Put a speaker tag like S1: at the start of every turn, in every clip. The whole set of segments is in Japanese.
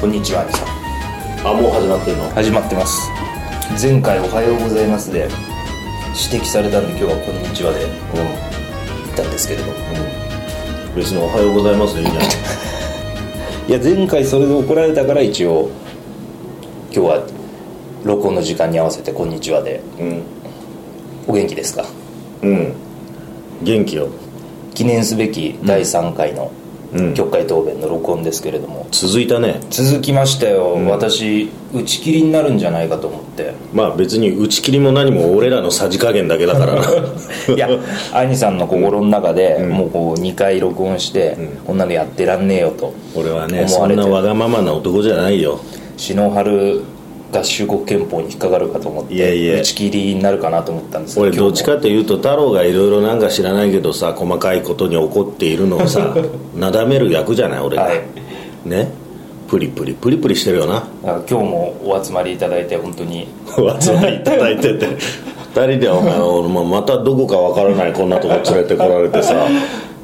S1: こんにちは兄さん
S2: あもう始まってるの
S1: 始まってます前回おはようございますで指摘されたんで今日はこんにちはで
S2: う
S1: 行ったんですけれど
S2: ん別におはようございますでいいんじゃない
S1: いや前回それで怒られたから一応今日は録音の時間に合わせてこんにちはで お元気ですか
S2: うんうん元気よ
S1: 記念すべき第3回の
S2: うん
S1: 曲会答弁の録音ですけれども
S2: 続いたね
S1: 続きましたよ、
S2: ん
S1: 私打ち切りになるんじゃないかと思って
S2: まあ別に打ち切りも何も俺らのさじ加減だけだからな
S1: いや兄さんの心の中で、もうこう2回録音して、こんなのやってらんねえよと
S2: 俺はね
S1: 思わ
S2: そ
S1: れ
S2: ん
S1: てる
S2: なわがままな男じゃないよ
S1: 篠原合衆国憲法に引っかかるかと思って
S2: いやいや
S1: 打ち切りになるかなと思ったんですけ
S2: 俺どっち
S1: 今
S2: かっていうと太郎がいろいろなんか知らないけどさ細かいことに怒っているのを さなだめる役じゃない俺が、
S1: はい
S2: ねプリプリプリプリしてるよな
S1: 日も今日もお集まりいただいて本当に
S2: お集まりいただいてて2人でお前お前またどこかわからないこんなとこ連れてこられてさ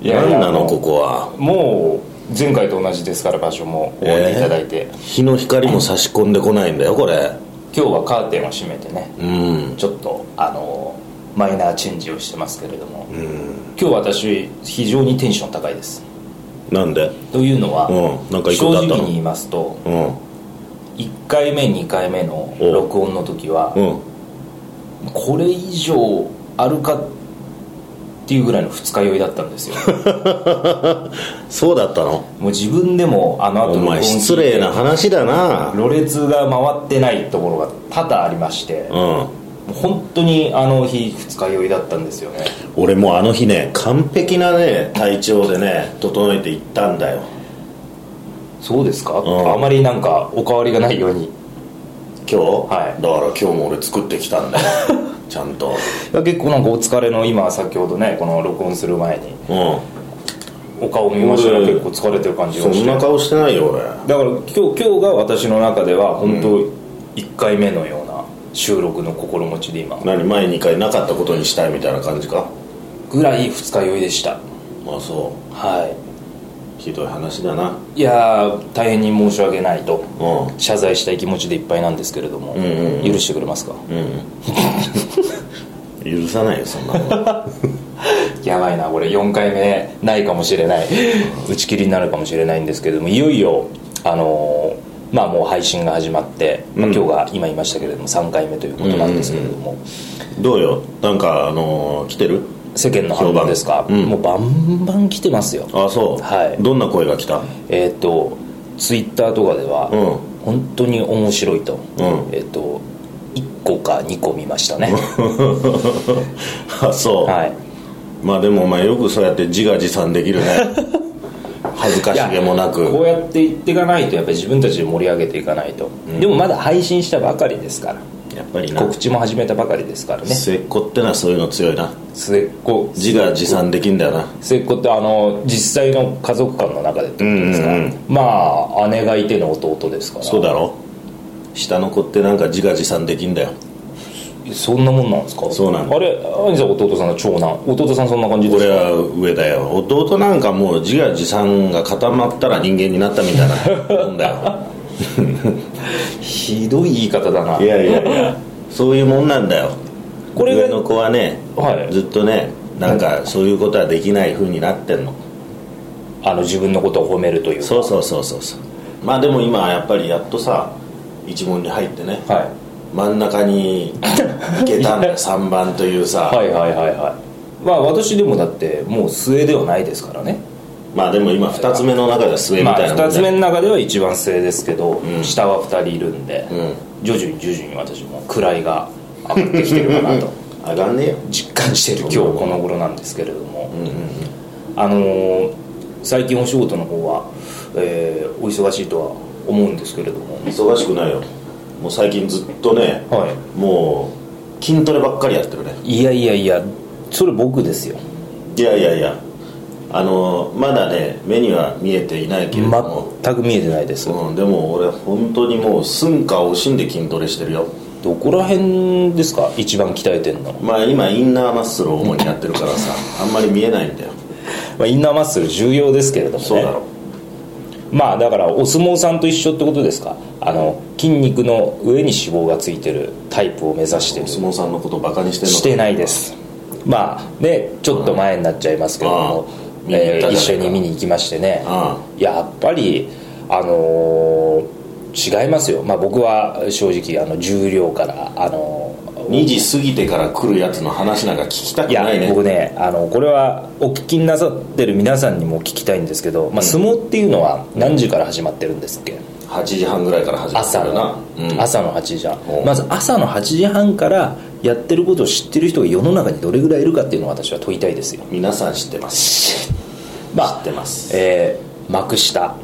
S1: いやいや
S2: 何な
S1: も
S2: の
S1: う
S2: ここは
S1: もう前回と同じですから場所も終わっていただいて、
S2: 日の光も差し込んでこないんだよこれ
S1: 今日はカーテンを閉めてね、
S2: うん
S1: ちょっとあのマイナーチェンジをしてますけれども、今日私非常にテンション高いです
S2: なんで
S1: というのは、
S2: うんなんかいいこ
S1: 正
S2: とあったの
S1: 直に言いますと
S2: うん
S1: 1回目2回目の録音の時は
S2: うん
S1: これ以上あるかっていうぐらいの二日酔いだったんですよ
S2: そうだったの
S1: もう自分でもあの後
S2: お
S1: 録音
S2: 前
S1: 聞いて
S2: 失礼な話だな
S1: ろれつが回ってないところが多々ありまして
S2: うん
S1: もう本当にあの日二日酔いだったんですよね
S2: 俺もうあの日ね完璧なね体調でね整えていったんだよ
S1: そうですか、
S2: ん
S1: あまりなんかお変わりがないように
S2: 今日、
S1: はい
S2: だから今日も俺作ってきた んだよちゃんと
S1: いや結構なんかお疲れの今先ほどねこの録音する前に
S2: う
S1: お顔見ましたら
S2: 俺
S1: 結構疲れてる感じ
S2: ん
S1: が
S2: そ
S1: して
S2: んな顔してないよ俺
S1: だから今日今日が私の中では本当1回目のような収録の心持ちで今
S2: 何前2回なかったことにしたいみたいな感じか
S1: ぐらい二日酔いでした
S2: まあそ
S1: は
S2: うひどい話だない
S1: いやー大変に申し訳ないと
S2: うん
S1: 謝罪したい気持ちでいっぱいなんですけれども、
S2: んうん
S1: 許してくれますか、
S2: 許さないよそんなの
S1: やばいなこれ4回目ないかもしれない打ち切りになるかもしれないんですけれどもいよいよあのーまあもう配信が始まって、まあ今日が今言いましたけれども3回目ということなんですけれども、
S2: どうよなんかあのー来てる
S1: 世間の反応ですか、
S2: 評判うん
S1: もうバンバン来てますよ
S2: あそう
S1: はい
S2: どんな声が来た
S1: えっ、とツイッターとかでは、
S2: う
S1: 本当に面白いと、
S2: ん
S1: えっ、と1個か2個見ましたね
S2: あそう、
S1: はい
S2: まあでもお前よくそうやって自画自賛できるね 恥ずかしげもなく
S1: いやこうやって言っていかないとやっぱり自分たちで盛り上げていかないと、でもまだ配信したばかりですから
S2: やっぱりな
S1: 告知も始めたばかりですからね
S2: 末っ子ってのはそういうの強いな
S1: 末っ子
S2: 自画自賛できんだよな
S1: 末っ子ってあの実際の家族間の中でってことですか、
S2: うんうんうん
S1: まあ姉がいての弟ですから
S2: そうだろ下の子ってなんか自画自賛できんだよ
S1: そんなもんなんですか
S2: そうなんだ
S1: あれ兄さん弟さんの長男弟さんそんな感じです
S2: 俺
S1: か
S2: は上だよ弟なんかもう自画自賛が固まったら人間になったみたいなもんだよ
S1: ひどい言い方だない
S2: やいやいやそういうもんなんだよ
S1: これが
S2: 上の子はね、
S1: はい
S2: ずっとねなんかそういうことはできない風になってんの
S1: あの自分のことを褒めるという
S2: そうそうそうそうそうまあでも今やっぱりやっとさ一問に入ってね
S1: は
S2: 真ん中に行けたん だよ3番というさ、
S1: い、はいはいはいはいまあ私でもだってもう末ではないですからね
S2: まあでも今2つ目の中では末み
S1: まあ
S2: たいなも
S1: 2
S2: ん
S1: つ
S2: だ
S1: 目
S2: よ
S1: の中では一番末ですけど、下は2人いるんで、
S2: うん
S1: 徐々に徐々に私も位が上がってきてるかなと
S2: 上がんねえよ
S1: 実感してる今日この頃なんですけれども、あのー最近お仕事の方は、えーお忙しいとは思うんですけれども
S2: 忙しくないよもう最近ずっとね
S1: はい
S2: もう筋トレばっかりやってるね
S1: いやいやいやそれ僕ですよ
S2: いやいやいやあのまだね目には見えていないけれども、
S1: 全く見えてないです、
S2: うん、でも俺本当にもう寸暇を惜しんで筋トレしてるよ
S1: どこら辺ですか一番鍛えてんの、
S2: まあ今インナーマッスルを主にやってるから さあんまり見えないんだよ
S1: まあ、インナーマッスル重要ですけれどもね
S2: そうだろ
S1: まあだからお相撲さんと一緒ってことですかあの筋肉の上に脂肪がついてるタイプを目指して
S2: お
S1: る
S2: 相撲さんのことをバカにしてるのか
S1: してないですまあねちょっと前になっちゃいますけども、えー
S2: うん見に行った
S1: 一
S2: じゃ
S1: 緒
S2: ないか
S1: に見に行きましてね
S2: あ
S1: やっぱりあのー違いますよ、まあ、僕は正直あの重量からあのー
S2: 2時過ぎてから来るやつの話なんか聞きたく
S1: いや
S2: ないね
S1: 僕ねあのこれはお聞きになさってる皆さんにも聞きたいんですけど、まあ、相撲っていうのは何時から始まってるんですっけ、
S2: 8時半ぐらいから始ま
S1: 朝
S2: るな
S1: の、
S2: うん
S1: 朝の8時半
S2: お
S1: まず朝の8時半からやってることを知ってる人が世の中にどれぐらいいるかっていうのを私は問いたいですよ
S2: 皆さん知ってます
S1: まあ
S2: 知ってます
S1: えー幕下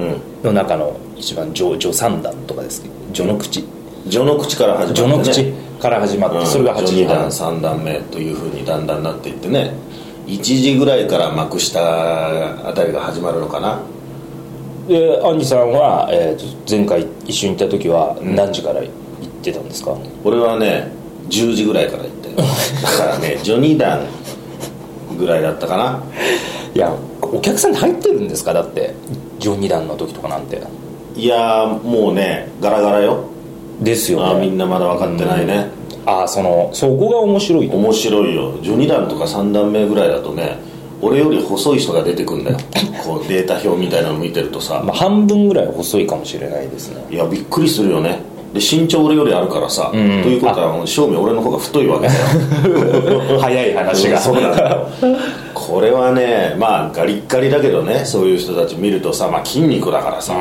S2: うん
S1: の中の一番上上三段とかですけど序の口
S2: 序の口から始
S1: 序
S2: ま
S1: の
S2: って、ね、
S1: 口から始まって、それが8時
S2: 2段
S1: 半
S2: 3段目というふうにだんだんなっていってね1時ぐらいから幕下あたりが始まるのかな
S1: でアンジさんは、えーと前回一緒に行った時は何時から行ってたんですか、
S2: 俺はね10時ぐらいから行ったよだからね序二段ぐらいだったかない
S1: やお客さん入ってるんですかだって序二段の時とかなんて
S2: いやーもうねガラガラよ
S1: ですよ
S2: あ
S1: ね
S2: ーみんなまだ分かってないね、
S1: ああそのそこが面白いと
S2: 面白いよ12段とか3段目ぐらいだとね俺より細い人が出てくんだよこうデータ表みたいなの見てるとさ、
S1: まあ、半分ぐらい細いかもしれないですね
S2: いやびっくりするよねで身長俺よりあるからさ、
S1: ん
S2: ということはもう正味俺の方が太いわけだよ
S1: 早い話が
S2: そうなんだよこれはねまあガリッガリだけどねそういう人たち見るとさ、まあ、筋肉だからさう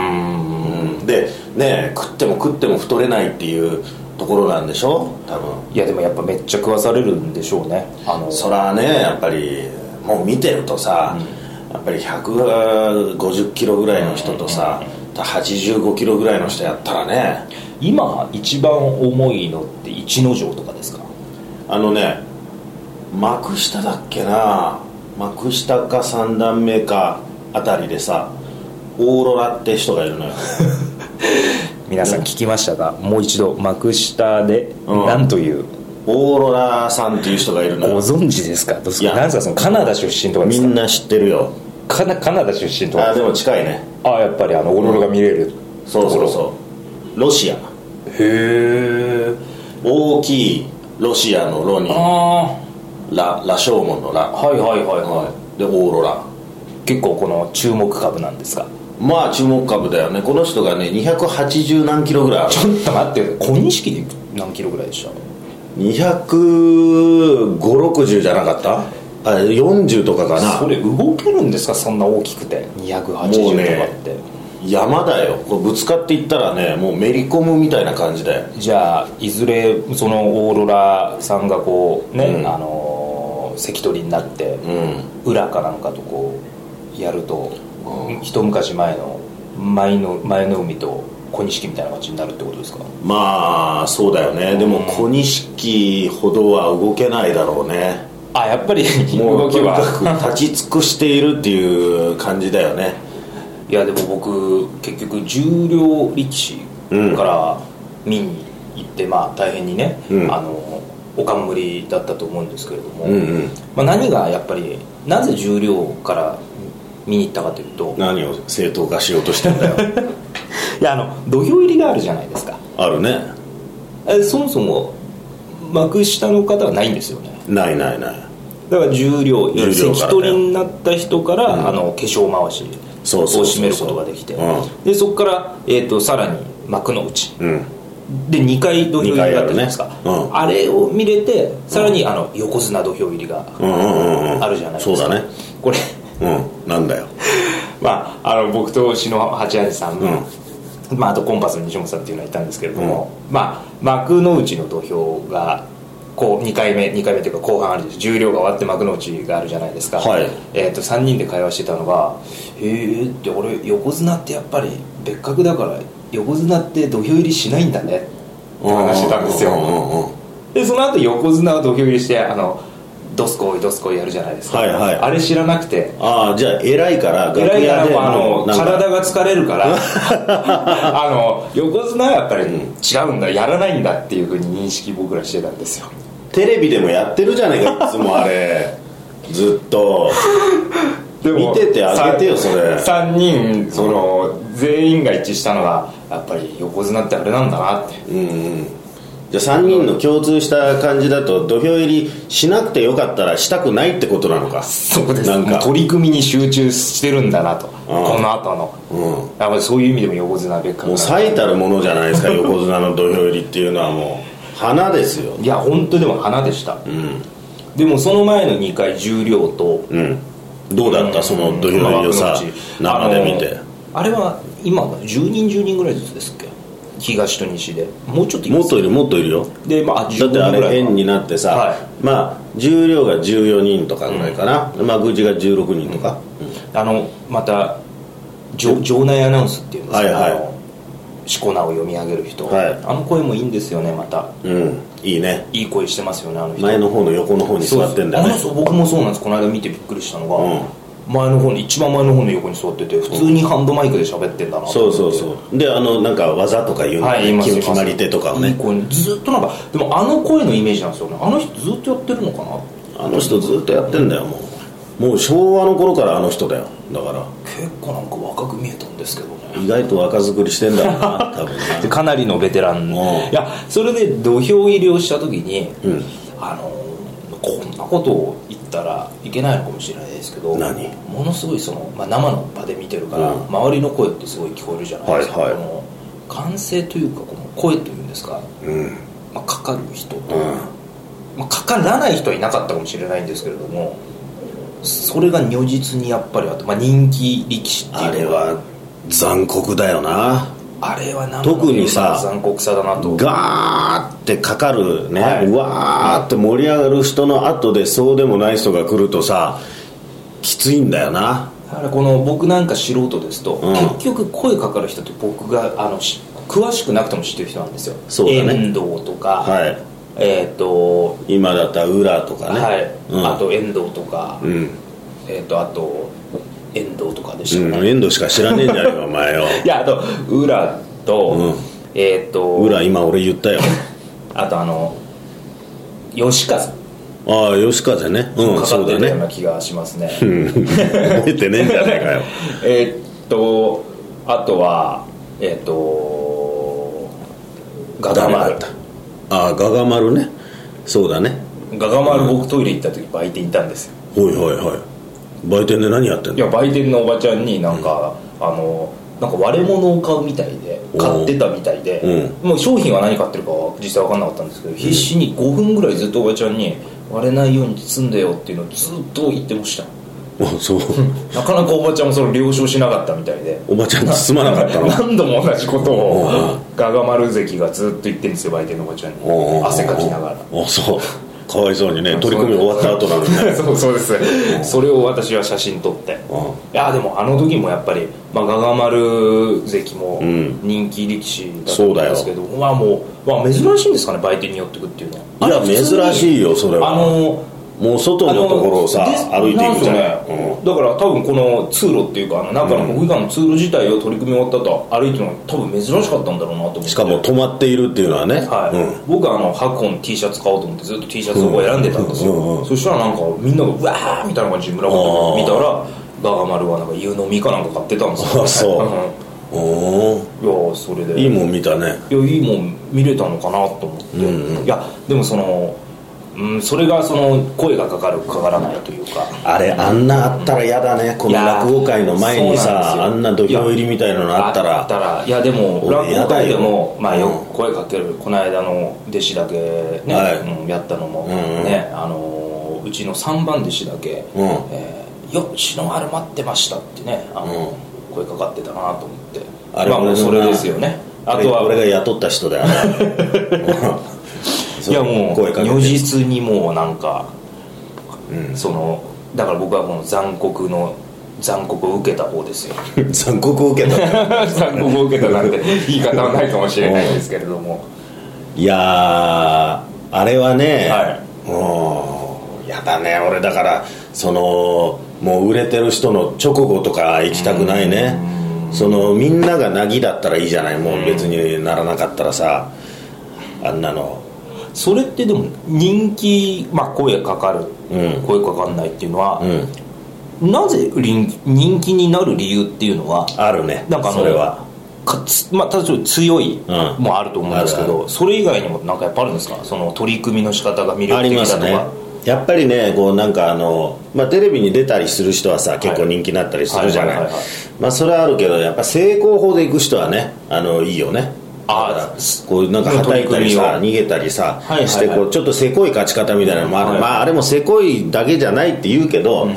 S2: んでね食っても食っても太れないっていうところなんでしょ多分
S1: いやでもやっぱめっちゃ食わされるんでしょうねあの
S2: そらねやっぱりもう見てるとさ、やっぱり150キロぐらいの人とさ、85キロぐらいの人やったらね
S1: 今一番重いのって一の城とかですか
S2: あのね幕下だっけな幕下か三段目かあたりでさオーロラって人がい るのよ
S1: 皆さん聞きましたかもう一度幕下で
S2: うん
S1: 何という、
S2: オーロラさんっていう人がいるの
S1: ご
S2: よ
S1: 存知ですかどうです
S2: い
S1: か
S2: や
S1: なんすかそのカナダ出身とかで
S2: み
S1: すか
S2: んな知ってるよ
S1: カナカナダ出身と
S2: あ
S1: か
S2: でも近いね
S1: あやっぱりあのオーロラが見れると
S2: そう
S1: こ
S2: そ
S1: ろ
S2: うそうロシア
S1: へえ
S2: 大きいロシアのロに
S1: あ
S2: ラ羅生門のラ
S1: あはいはいはいはい、
S2: でオーロラ
S1: 結構この注目株なんですか
S2: まあ注目株だよねこの人がね280何キロぐらいある
S1: ちょっと待って小錦で何キロぐらいでした
S2: 25060じゃなかったあ40とかか
S1: そ
S2: な
S1: れ動けるんですかそんな大きくて280とかって
S2: もうね山だよこれぶつかっていったらねもうめり込むみたいな感じだよ
S1: じゃあいずれそのオーロラさんがこうね、
S2: うん
S1: あのー関取になって
S2: うん
S1: 裏かなんかとこうやると、一昔前の前の前の海と小錦みたいな感じになるってことですか
S2: まあそうだよねでも小錦ほどは動けないだろうね
S1: あやっぱり
S2: も
S1: 動
S2: う
S1: き
S2: とに
S1: は
S2: かく立ち尽くしているっていう感じだよね
S1: いやでも僕結局重量力士から見に行って、まあ大変にね、
S2: うん
S1: あのお冠だったと思うんですけれども、
S2: うんうん
S1: まあ、何がやっぱりなぜ重量から見に行ったかというと
S2: 何を正当化しようとしてんだよ
S1: いやあの土俵入りがあるじゃないですか
S2: あるね
S1: えそもそも幕下の方はないんですよね
S2: ないないない
S1: だから重量
S2: 重量からね
S1: 関取になった人から、あの化粧回し
S2: そうそう
S1: を占
S2: そうそう
S1: めることができて
S2: うん
S1: でそこから、えー、とさらに幕の内
S2: うん
S1: で2回土俵入りがあったじゃないですか
S2: 二回あるねうん
S1: あれを見れてさらにあの横綱土俵入りが
S2: うんうんうんうん
S1: あるじゃないですか、
S2: そうだね
S1: これ
S2: うんなんだよ
S1: まあ、あの僕と篠八八さん、
S2: う
S1: まあ、あとコンパスの西本さんっていうのがいたんですけれども、まあ、幕の内の土俵がこう2回目2回目というか後半あるんです重量が終わって幕の内があるじゃないですか、
S2: はい
S1: えー、と3人で会話してたのが「へえ」って俺横綱ってやっぱり別格だから横綱って土俵入りしないんだねって話してたんですよ、
S2: ううんうんうん
S1: でその後横綱を土俵入りしてあのドスコイドスコイやるじゃないですか、
S2: はいはい
S1: あれ知らなくて
S2: ああじゃあ偉いから楽
S1: 偉いか
S2: 屋
S1: ら
S2: で
S1: もうあの
S2: なんか
S1: 体が疲れるから あの横綱はやっぱり違うんだやらないんだっていうふうに認識僕らしてたんですよ
S2: テレビでもやってるじゃねえかいつもあれずっとでも見ててあげてよそれ
S1: 3人その全員が一致したのがやっぱり横綱ってあれなんだなって
S2: じゃあ3人の共通した感じだと土俵入りしなくてよかったらしたくないってことなのか
S1: そうです
S2: なん
S1: も
S2: か
S1: う取り組みに集中してるんだなと、
S2: ん
S1: この後の、
S2: うん
S1: やっぱりそういう意味でも横綱別格
S2: もう
S1: だな
S2: 最たるものじゃない ですか横綱の土俵入りっていうのはもう花ですよ
S1: いや本当でも花でした、
S2: ん
S1: でもその前の2回十両と
S2: うんどうだったその土俵入りをさ
S1: 幕内
S2: 生で見て
S1: あのあれは今10人10人ぐらいずつですっけ東と西でもうちょっといま
S2: もっ
S1: す
S2: といるもっといるよ
S1: でまあ
S2: だ
S1: 15
S2: ってあ
S1: 人ぐら
S2: れ
S1: いか
S2: 円になってさ、
S1: はい
S2: まあ重量が14人とかぐらいかな、幕内が16人とか、
S1: あのまた場場内アナウンスっていうんですけど、
S2: はいはい
S1: あのしこ名を読み上げる人、
S2: はい
S1: あの声もいいんですよねまた
S2: うんいいね
S1: いい声してますよねあの人
S2: 前の方の横の方に座ってんだよね
S1: そうですあの人僕もそうなんですこの間見てびっくりしたのが、前の方に一番前の方の横に座ってて普通にハンドマイクで喋ってんだなと
S2: そ
S1: 思
S2: う
S1: って
S2: そうそうであのなんか技とか言うの、
S1: はいいます
S2: 決
S1: います
S2: 決まり手とかを
S1: いい
S2: ね
S1: 声ずっとなんかでもあの声のイメージなんですよねあの人ずっとやってるのかな
S2: あの人ずっとやってんだよもうもう昭和の頃からあの人だよだから
S1: 結構なんか若く見えたんですけどね
S2: 意外と若作りしてんだろ うな多分な
S1: でかなりのベテラン
S2: うん
S1: いやそれで土俵入りをした時に、
S2: うん
S1: あのこんなことを言ったらいけないのかもしれないですけど
S2: 何
S1: ものすごいその、まあ、生の場で見てるから、
S2: うん
S1: 周りの声ってすごい聞こえるじゃないですか、
S2: はいは
S1: こ
S2: い
S1: の歓声というかこの声というんですか、
S2: うん
S1: まあ、かかる人と、
S2: うん
S1: まあ、かからない人はいなかったかもしれないんですけれどもそれが如実にやっぱりあって、まあ、人気力士って
S2: あ
S1: い
S2: れ
S1: うのは
S2: は残酷だよな
S1: あれは生の
S2: 特にさ
S1: 残酷さだなと
S2: ガーってかかるね、
S1: はいう
S2: わーって盛り上がる人の後でそうでもない人が来るとさきついんだよな
S1: だからこの僕なんか素人ですと、
S2: うん
S1: 結局声かかる人って僕があのし詳しくなくても知ってる人なんですよ
S2: そうだね
S1: 遠藤とか、
S2: はい
S1: えっ、と、
S2: 今だったら裏とかね、
S1: はい、
S2: うん、
S1: あと遠藤とか、
S2: うん、
S1: えっ、とあと遠藤とかでし
S2: う
S1: たよね、
S2: ん、
S1: い
S2: 遠藤しか知らねえんじゃないかお前よ
S1: やあと浦と、
S2: うん
S1: えっ、と
S2: 裏今俺言ったよ
S1: あとあの吉川さん
S2: ああ吉風ねう
S1: か
S2: ん
S1: か
S2: そ
S1: っ
S2: う
S1: て
S2: だ
S1: るよう
S2: ね
S1: な気がしますね、
S2: 出てねえんじゃないかよ
S1: えーっとあとはえーっとガガマル
S2: ああガガ丸ねそうだね
S1: ガガマル僕トイレ行った時売店行ったんですよ
S2: ほいはいはい売店で何やってん
S1: い
S2: の
S1: や売店のおばちゃんになんか、あのなんか割れ物を買うみたいで
S2: おう
S1: 買ってたみたいで、もう商品は何買ってるかは実際分かんなかったんですけど、必死に5分ぐらいずっとおばちゃんに割れないように包んでよっていうのをずっと言ってました
S2: あそう
S1: なかなかおばちゃんもそれ了承しなかったみたいで
S2: おばちゃん包まなかった の
S1: 何度も同じこと
S2: おう
S1: をガガ丸関がずっと言ってんですよ売店のおばちゃんに
S2: おうおうおう
S1: 汗かきながら
S2: あそうかわいそうにね取り組み終わった後なのにね
S1: そうそうですそれを私は写真撮って
S2: う
S1: いやでもあの時もやっぱり、まあ、ガガ丸関も
S2: ん
S1: 人気力士だったんですけど、まあもう、まあ、珍しいんですかね売店に寄ってくっていうの
S2: い
S1: あ
S2: や
S1: れ普通に
S2: 珍しいよそれは
S1: あの
S2: もう外のところをさ
S1: です
S2: 歩いていくじゃ
S1: な
S2: なんい
S1: すよねだから多分この通路っていうかあの中の国技館の通路自体を取り組み終わった後歩いてるのが多分珍しかったんだろうなと思って
S2: しかも止まっているっていうのはね
S1: はい
S2: うん
S1: 僕はあの白鵬の T シャツ買おうと思ってずっと T シャツを選んでたんですよ、
S2: うんうんうん
S1: そしたらなんかみんながうわーみたいな感じで村本見たらガガ丸はなんか湯飲みかなんか買ってたんですよ
S2: あそうんお ー
S1: いやーそれで
S2: いいもん見たね
S1: いやいいもん見れたのかなと思って、いやでもその、うん、それがその声がかかるかからないというか
S2: あれあんなあったら嫌だねこ
S1: い
S2: の
S1: やー
S2: 落語会の前に
S1: そうなんです
S2: さ
S1: よ
S2: あんな土俵入りみたいなのあった
S1: あっ
S2: ら
S1: たらいやでも
S2: 俺
S1: 落語会でも
S2: やだよ
S1: まあよ
S2: う
S1: く声かける、この間の弟子だけね、
S2: はい
S1: うんやったのも、
S2: うんうん
S1: ねあのーうちの3番弟子だけ「
S2: うん
S1: えーよっ篠原待ってました」ってねあの、声かかってたなと思って
S2: あれ
S1: まあもう
S2: 俺の
S1: それですよねあとは
S2: 俺が雇った人だよあ れ
S1: いやも
S2: 声
S1: う
S2: かけて
S1: 如 実にもうなんか、そのだから僕はこの残酷の残酷を受けた方ですよ
S2: 残酷を受け たね
S1: 残酷を受けたなんて言い方はないかもしれないですけれども
S2: いやーあれはね、
S1: は
S2: もうやだね俺だからそのもう売れてる人の直後とか行きたくないねそのみんなが凪だったらいいじゃないもう別にならなかったらさあんなの
S1: それってでも人気、まあ、声かかる、
S2: うん
S1: 声かかんないっていうのは、
S2: うん
S1: なぜ人気人気になる理由っていうのは
S2: あるね
S1: なんかあの
S2: それは
S1: かつまあ、例えば強い
S2: うん
S1: もあると思うんですけ
S2: ある
S1: ど、それ以外にもなんかやっぱあるんですかその取り組みの仕方が魅
S2: あ
S1: 力
S2: り
S1: 的
S2: ま
S1: だと
S2: す
S1: か、
S2: ねやっぱりねこうなんかあの、まあ、テレビに出たりする人はさ結構人気になったりするじゃな
S1: はい
S2: い
S1: はいはいはい
S2: まあそれはあるけどやっぱ成功法で行く人はねあのいいよね
S1: あー
S2: だからこうなんかはたいたり
S1: 取り
S2: さ
S1: 組
S2: 逃げたりさ、
S1: はいはいはい
S2: してこうちょっとせこい勝ち方みたいなのもある、
S1: はい
S2: まああれもせこいだけじゃないって言うけど、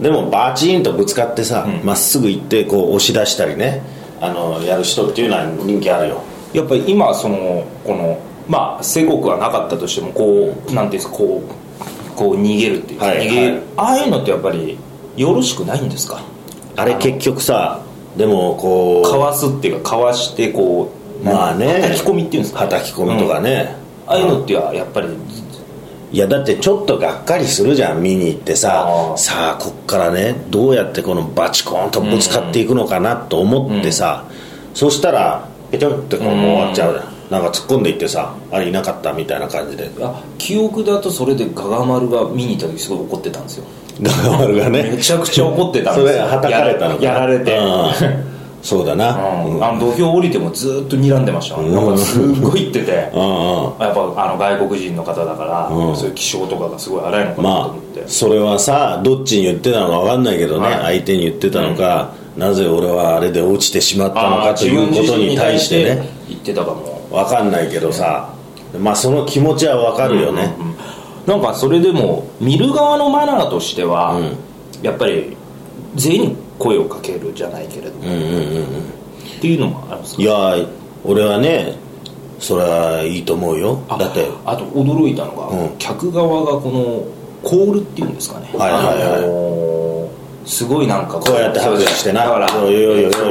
S2: でもバチーンとぶつかってさま、っすぐ行ってこう押し出したりねあのやる人っていうのは人気あるよ
S1: やっぱり今そのこのまあ正国はなかったとしてもこうなんていうんですかこうこう逃げるっていうか、
S2: はい
S1: 逃げ
S2: はい
S1: ああいうのってやっぱりよろしくないんですか
S2: あれ結局さでもこう
S1: かわすっていうかかわしてこう
S2: まあね
S1: 叩き込みっていうんですか
S2: 叩き込みとか
S1: うん
S2: ね、
S1: ああいうのってはやっぱり
S2: いやだってちょっとがっかりするじゃん見に行ってさ
S1: あー
S2: さあこっからねどうやってこのバチコーンとぶつかっていくのかなと思ってさ、そしたらペチョンってこうもう終わっちゃうじゃん、なんか突っ込んでいってさあれいなかったみたいな感 じで
S1: あ記憶だとそれでガガ丸が見に行った時すごい怒ってたんですよ
S2: ガガマルが
S1: め
S2: ね
S1: ちゃくちゃ怒ってたん
S2: そ
S1: ですよ
S2: れはたかれたのかな
S1: やらやられて、
S2: うんそうだな
S1: うんあの土俵降りてもずーっと睨んでました、なんかすごい言ってて、 やっ
S2: うんうん
S1: ぱあの外国人の方だから、
S2: うん
S1: そういう気象とかがすごい荒いのかなと
S2: ま
S1: 思って、
S2: あそれはさどっちに言ってたのか分かんないけどね、
S1: はい
S2: 相手に言ってたのか、なぜ俺はあれで落ちてしまったの
S1: あ
S2: か
S1: ー
S2: ということに対して
S1: 自分
S2: ね
S1: 自身に対して言ってたかも
S2: 分かんないけどさ、まあその気持ちは分かるよね、
S1: なんかそれでも見る側のマナーとしては、
S2: うん
S1: やっぱり全員に声をかけるじゃないけれども、っていうのもあるんですか
S2: いや俺はねそれはいいと思うよ
S1: あ
S2: だって
S1: あと驚いたのが、
S2: うん
S1: 客側がこのコールっていうんですかね
S2: はいはいはい
S1: あのーすごいなんか
S2: こうやって拍手してな
S1: だから
S2: よいよいよいよい
S1: そ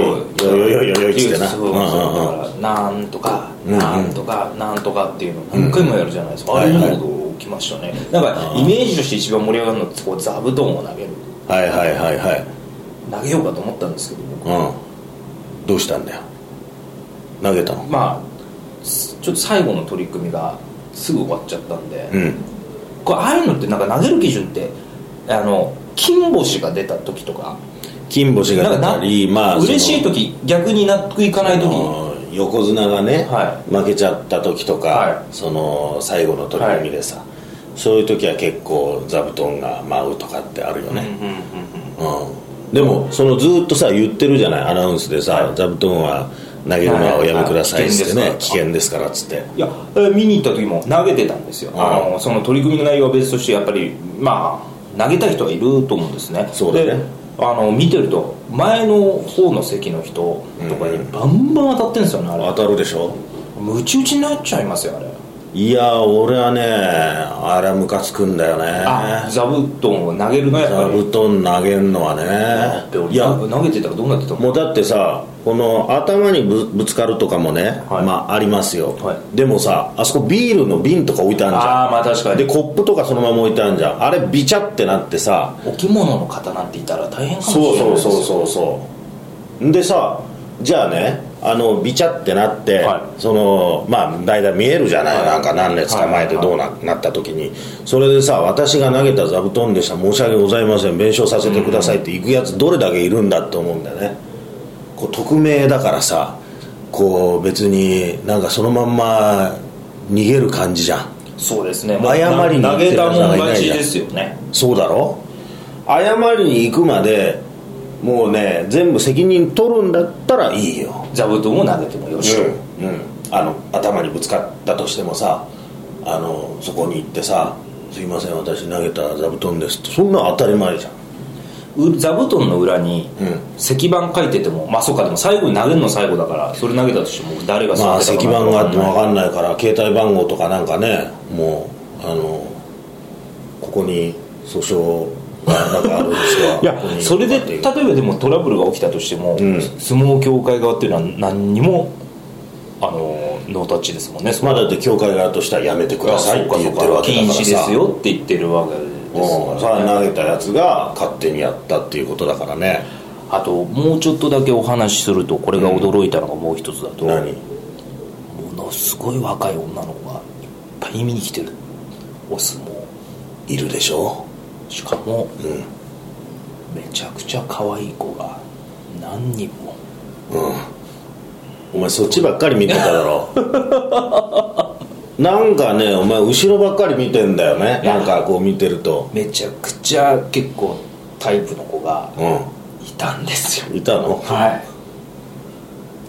S1: う
S2: よいよいよいよいってな
S1: そうそう
S2: うんうんう
S1: だ
S2: ん
S1: からなんとか
S2: うんうん
S1: なんとかなんとかっていうのを何回もやるじゃないですか、あれにも驚きましたねなんかイメージとして一番盛り上がるのってこう座布団を投げる
S2: はいはいはいはい
S1: 投げようかと思ったんですけど僕
S2: うんどうしたんだよ投げたの
S1: まあすちょっと最後の取り組みがすぐ終わっちゃったんで、
S2: うん
S1: これああいうのってなんか投げる基準ってあの金星が出た時とか
S2: 金星が
S1: なん
S2: 出た
S1: かな
S2: りまあ
S1: 嬉しい
S2: と
S1: 時逆に納得いかない時に
S2: 横綱がね、
S1: は
S2: 負けちゃった時とか、
S1: は
S2: その最後の取り組みでさ、そういう時は結構座布団が舞うとかってあるよね、うんでもそのずっとさ言ってるじゃないアナウンスでさ、座布団は投げるのはおやめくださいっつってね、
S1: はいはい
S2: 危険ですからっつって
S1: いやえー見に行った時も投げてたんですよ、
S2: うん
S1: あのその取り組みの内容は別としてやっぱりまあ投げた人はいると思うんですね
S2: そうだね
S1: であの見てると前の方の席の人とかにバンバン当たってんですよねあれ
S2: 当たるでしょ
S1: ムチ打ちになっちゃいますよあれ
S2: いや俺はねあれはムカつくんだよ
S1: あ
S2: ね
S1: 座布団を投げるのはやっぱ
S2: 座
S1: り
S2: 布団投げるのは
S1: だって
S2: ね
S1: 俺
S2: いや
S1: 投げてたらどうなってた
S2: もうだってさこの頭にぶぶつかるとかもね、
S1: はい
S2: まあありますよ、
S1: は
S2: でもさあそこビールの瓶とか置いてあるじゃ
S1: ああまあ確か
S2: ん
S1: に
S2: でコップとかそのまま置いてあるじゃんあれビチャってなってさ
S1: お着物の方なんていたら大変かもしれない
S2: そうそう
S1: ですよ
S2: そうそうそうでさじゃあねあのビチャってなって、
S1: は
S2: そのまあだいたい見えるじゃない、
S1: はい
S2: なんか何列か前でどうな,、なった時にそれでさ私が投げた座布団でした申し訳ございません弁償させてくださいって行くやつどれだけいるんだって思うんだよねこう匿名だからさこう別になんかそのまんま逃げる感じじゃん
S1: そうですねもう
S2: 謝りに行
S1: 投
S2: って
S1: げ
S2: る
S1: た
S2: やつ
S1: も
S2: なんか
S1: ん
S2: いないじゃ
S1: 勝ち
S2: ん
S1: ですよね
S2: そうだろ謝りに行くまでもうね全部責任取るんだったらいいよ
S1: 座布団を投げてもよしと、
S2: うん、あの頭にぶつかったとしてもさあのそこに行ってさ「すいません私投げた座布団です」ってそんなの当たり前じゃん
S1: う座布団の裏に
S2: うん
S1: 石板書いててもまあそうかでも最後に投げるの最後だからそれ投げたとしても誰が
S2: まあ
S1: 座
S2: 石
S1: って
S2: 板
S1: たか
S2: があっても分
S1: か
S2: かんないから携帯番号とかなんかねもうあのここに訴訟がなんかあるんですよ
S1: いやそれで例えばでもトラブルが起きたとしても、
S2: ん
S1: 相撲協会側っていうのは何にもあのノータッチですもんね
S2: まあだって教会側としてはやめてくださいって言ってるわけだから
S1: 禁
S2: さ
S1: 止ですよって言ってるわけですから
S2: うん、さあ投げたやつが勝手にやったっていうことだからね
S1: あともうちょっとだけお話しするとこれが驚いたのがもう一つだと、
S2: 何
S1: ものすごい若い女の子がいっぱい見に来てるお相撲
S2: いるでしょ
S1: しかも、めちゃくちゃ可愛い子が何人も
S2: お前そっちばっかり見てた だろなんかねお前後ろばっかり見てんだよねなんかこう見てると
S1: めちゃくちゃ結構タイプの子が
S2: う
S1: いたんですよ
S2: んいたの
S1: はい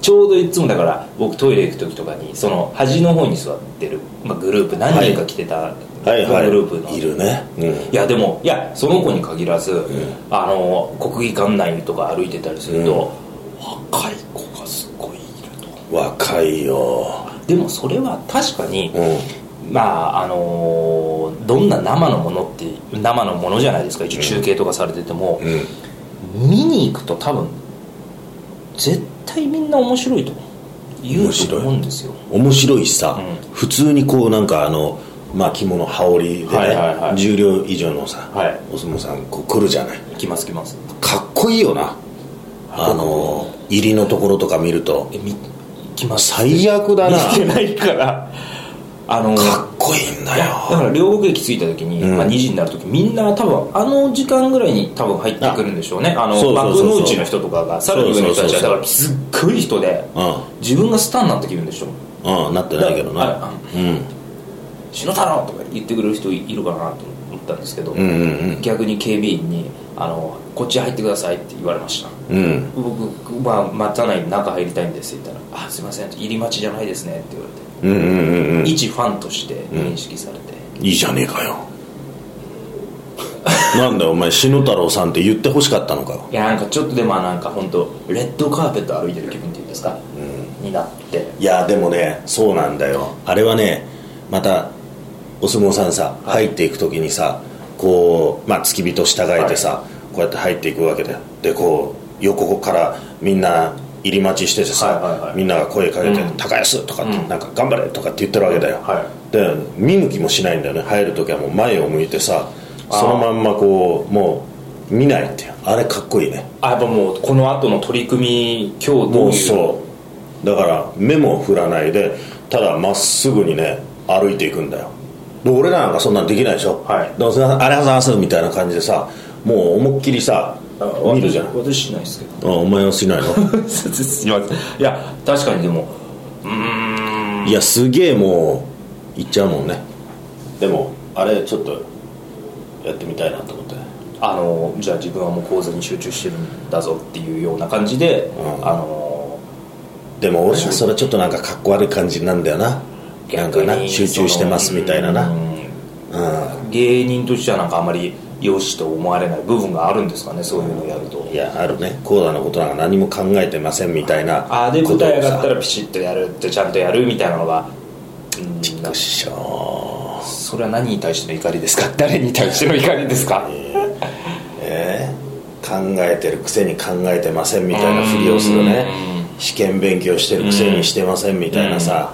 S1: ちょうどいつもだから僕トイレ行く時とかにその端の方に座ってる、まあ、グループ何人か来てた、
S2: はいはい
S1: グループの
S2: いるね
S1: いやでもいやその子に限らず、あの国技館内とか歩いてたりすると、若い子がすごいいる
S2: うん若いよ
S1: とでもそれは確かに、
S2: うん
S1: まああのーどんな生のものって生のものじゃないですか一応中継とかされてても、
S2: うん
S1: 見に行くと多分絶対みんな面白いと言うと思うんですよ
S2: 面白いしさ、
S1: う
S2: 普通にこうなんかあのまあ着物羽織でね、
S1: はいはいはい
S2: 重量以上のさ、
S1: はい
S2: お相撲さんこう来るじゃない
S1: 来ます来ます
S2: かっこいいよなあの入りのところとか見ると
S1: えみ来ます
S2: 最悪だな
S1: 見てないからあのー
S2: かっこいいんだ
S1: だ
S2: よ
S1: から両国駅着いた時に、
S2: うん
S1: まあ、2時になる時みんな多分あの時間ぐらいに多分入ってくるんでしょうねあの
S2: そうそうそう
S1: 幕
S2: そう
S1: の内の人とかがさらに上の人たちはだからすっごい人で
S2: う
S1: 自分がスターになってきるんでしょ
S2: ん、うん、なってないけど
S1: だから
S2: な
S1: あ
S2: うん
S1: 篠太郎とか言ってくれる人いるかなと思ったんですけど、
S2: うんうん
S1: 逆に警備員にあの「こっち入ってください」って言われました
S2: うんうん
S1: 僕、まあ、待たないで中入りたいんですって言ったら「あすいません入り待ちじゃないですね」って言われて、
S2: うんうんうんうんい
S1: 一ファンとして認識されて、
S2: いじゃねえかよなんだよお前篠太郎さんって言ってほしかったのかよ
S1: いやなんかちょっとでもなんか本当レッドカーペット歩いてる気分っていうんですか、になって
S2: いやでもねそうなんだよあれはねまたお相撲さんさ入っていく時にさこうまあ付き人従えてさ、こうやって入っていくわけででこう横からみんな入り待ちしててさ、
S1: はいはいはい
S2: みんなが声かけて
S1: う
S2: 「
S1: ん
S2: 高安!」とかって、
S1: うん
S2: なんか「頑張れ!」とかって言ってるわけだよ、
S1: は
S2: で見向きもしないんだよね入る時はもう前を向いてさそのまんまこうもう見ないっていうあれかっこいいね
S1: あやっぱもうこの後の取り組み今日どういう
S2: もうそうだから目も振らないでただまっすぐにね歩いていくんだよで俺らなんかそんなんできないでしょ、
S1: はい
S2: だからそれあれはざいますみたいな感じでさもう思いっきりさ
S1: あ
S2: 見るじゃんあ
S1: 私私しないですけど
S2: お前はしないの
S1: すいませんいや確かにでもうーん
S2: いやすげえもう行っちゃうもんねでもあれちょっとやってみたいなと思って
S1: あのじゃあ自分はもう講座に集中してるんだぞっていうような感じで、
S2: うん
S1: あの
S2: でも俺はそれちょっとなんかかっこ悪い感じなんだよななんかな集中してますみたいなな
S1: う
S2: うん
S1: ん芸人としてはなんかあまり良しと思われない部分があるんですかねそういうのをやると、
S2: いやあるねコーダのことなんか何も考えてませんみたいな
S1: ああで舞台上がった
S2: ら
S1: らピシッとやるってちゃんとやるみたいなのがうんなんか
S2: しょ
S1: それは何に対しての怒りですか誰に対しての怒りですか
S2: ええ考えてるくせに考えてませんみたいなふりをするね試験勉強してるくせにしてませんみたいなさ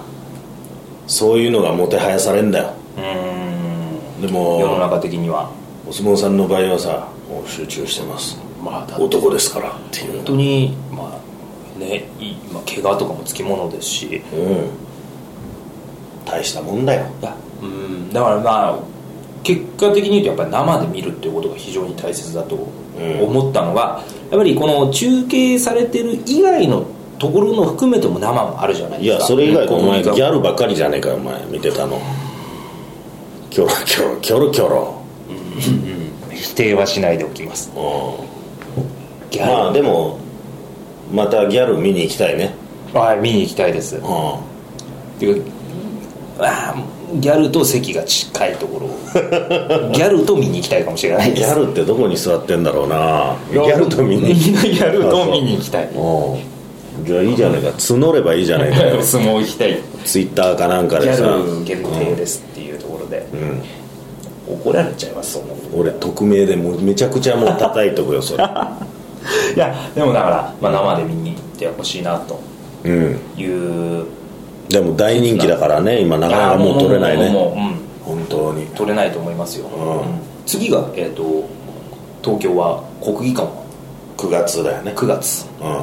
S2: そういうのがもてはやされんだよ
S1: うーん
S2: で
S1: 世の
S2: も
S1: 中的には
S2: お相撲さんの場合はさもう集中してます
S1: まあだって
S2: 男ですからっていう
S1: 本当にまあねいいまあ、怪我とかもつきものですしい
S2: うん大したもんだよ
S1: やうんだからまあ結果的に言うとやっぱり生で見るっていうことが非常に大切だと思ったのは、やっぱりこの中継されてる以外のところの含めても生もあるじゃない
S2: い
S1: ですか
S2: やそれ以外でお前ギ
S1: 国民が
S2: ャルばっかりじゃねえかよお前見てたのキョロキョロキョロキョロ
S1: 否定はしないでおきますギャル、
S2: まあでもまたギャル見に行きたいね
S1: はい見に行きたいです
S2: う
S1: っていうかあーギャルと席が近いところ ギャルと見に行きたいかもしれない
S2: んギ
S1: です
S2: ャルってどこに座ってんだろうなギ
S1: いや
S2: ャルと見
S1: み
S2: に
S1: んなギャルと見に行きたい
S2: うんじゃあいいじゃないか募ればいいじゃないかよ
S1: 相撲行きたいギ
S2: ツイッターかなんかでさ
S1: ャル限定ですっていうところで、怒られちゃいますそんなこと
S2: 俺匿名でもうめちゃくちゃもう叩いとくよ それ
S1: いやでもだから、まあ、生で見に行ってほしいなと
S2: うん
S1: いう
S2: でも大人気だからね今なかなかもう取れない
S1: や
S2: ね
S1: もうもうもううん
S2: 本当に
S1: 取れないと思いますよ、
S2: うん
S1: うん次が、えー、と東京は国技館
S2: 9月だよね
S1: 9月
S2: うん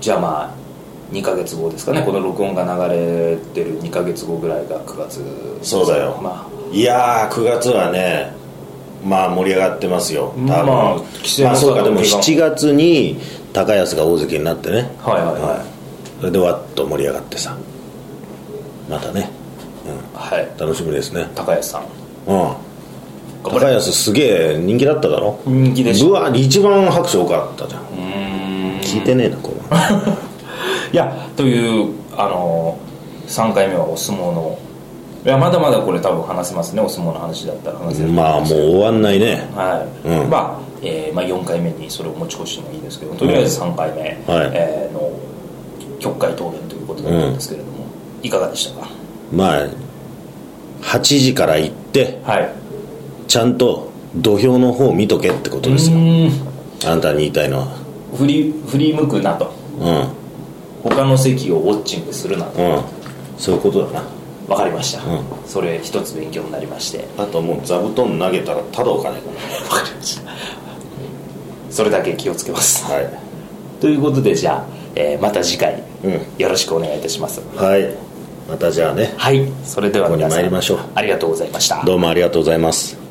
S1: じゃあまあ2ヶ月後ですかねこの録音が流れてる2ヶ月後ぐらいが9月
S2: そうだよ
S1: ま
S2: いやー9月はねまあ盛り上がってますよ多分
S1: まあ規制も
S2: まあそうかでも
S1: 規制も
S2: 7月に高安が大関になってね
S1: はいはいはい
S2: いそれでわっと盛り上がってさまたね、
S1: はい
S2: うん、楽しみですね
S1: 高安さん
S2: うん
S1: 頑張
S2: 高
S1: れ
S2: 安すげえ人気だっただろ
S1: 人気でした
S2: うわ一番拍手多かったじゃん
S1: うーん
S2: 聞いてねえなこれは
S1: いやというあの3回目はお相撲のいやまだまだこれ多分話せますねお相撲の話だったら話せると思い
S2: まあ
S1: す
S2: もう終わんないね
S1: はい
S2: うん
S1: まあえーまあ、4回目にそれを持ち越してもいいですけどとりあえず3回目、
S2: はい
S1: えーの曲解答弁ということだったんですけれども、いかがでしたか
S2: まあ8時から行って
S1: はい
S2: ちゃんと土俵の方見とけってことですよ
S1: ーん
S2: あんたに言いたいのは
S1: 振り振り向くなと
S2: う
S1: 他の席をウォッチングするなと
S2: んうんそういうことだな
S1: 分かりました、
S2: うん
S1: それ一つ勉強になりまして
S2: あともう座布団投げたらただお金か
S1: 分かりましたそれだけ気をつけます
S2: なはい
S1: ということでじゃあ、えーまた次回、
S2: うん
S1: よろしくお願いいたします
S2: はいまたじゃあね
S1: はいそれでは皆さん
S2: ここに参りましょう
S1: ありがとうございました
S2: どうもありがとうございます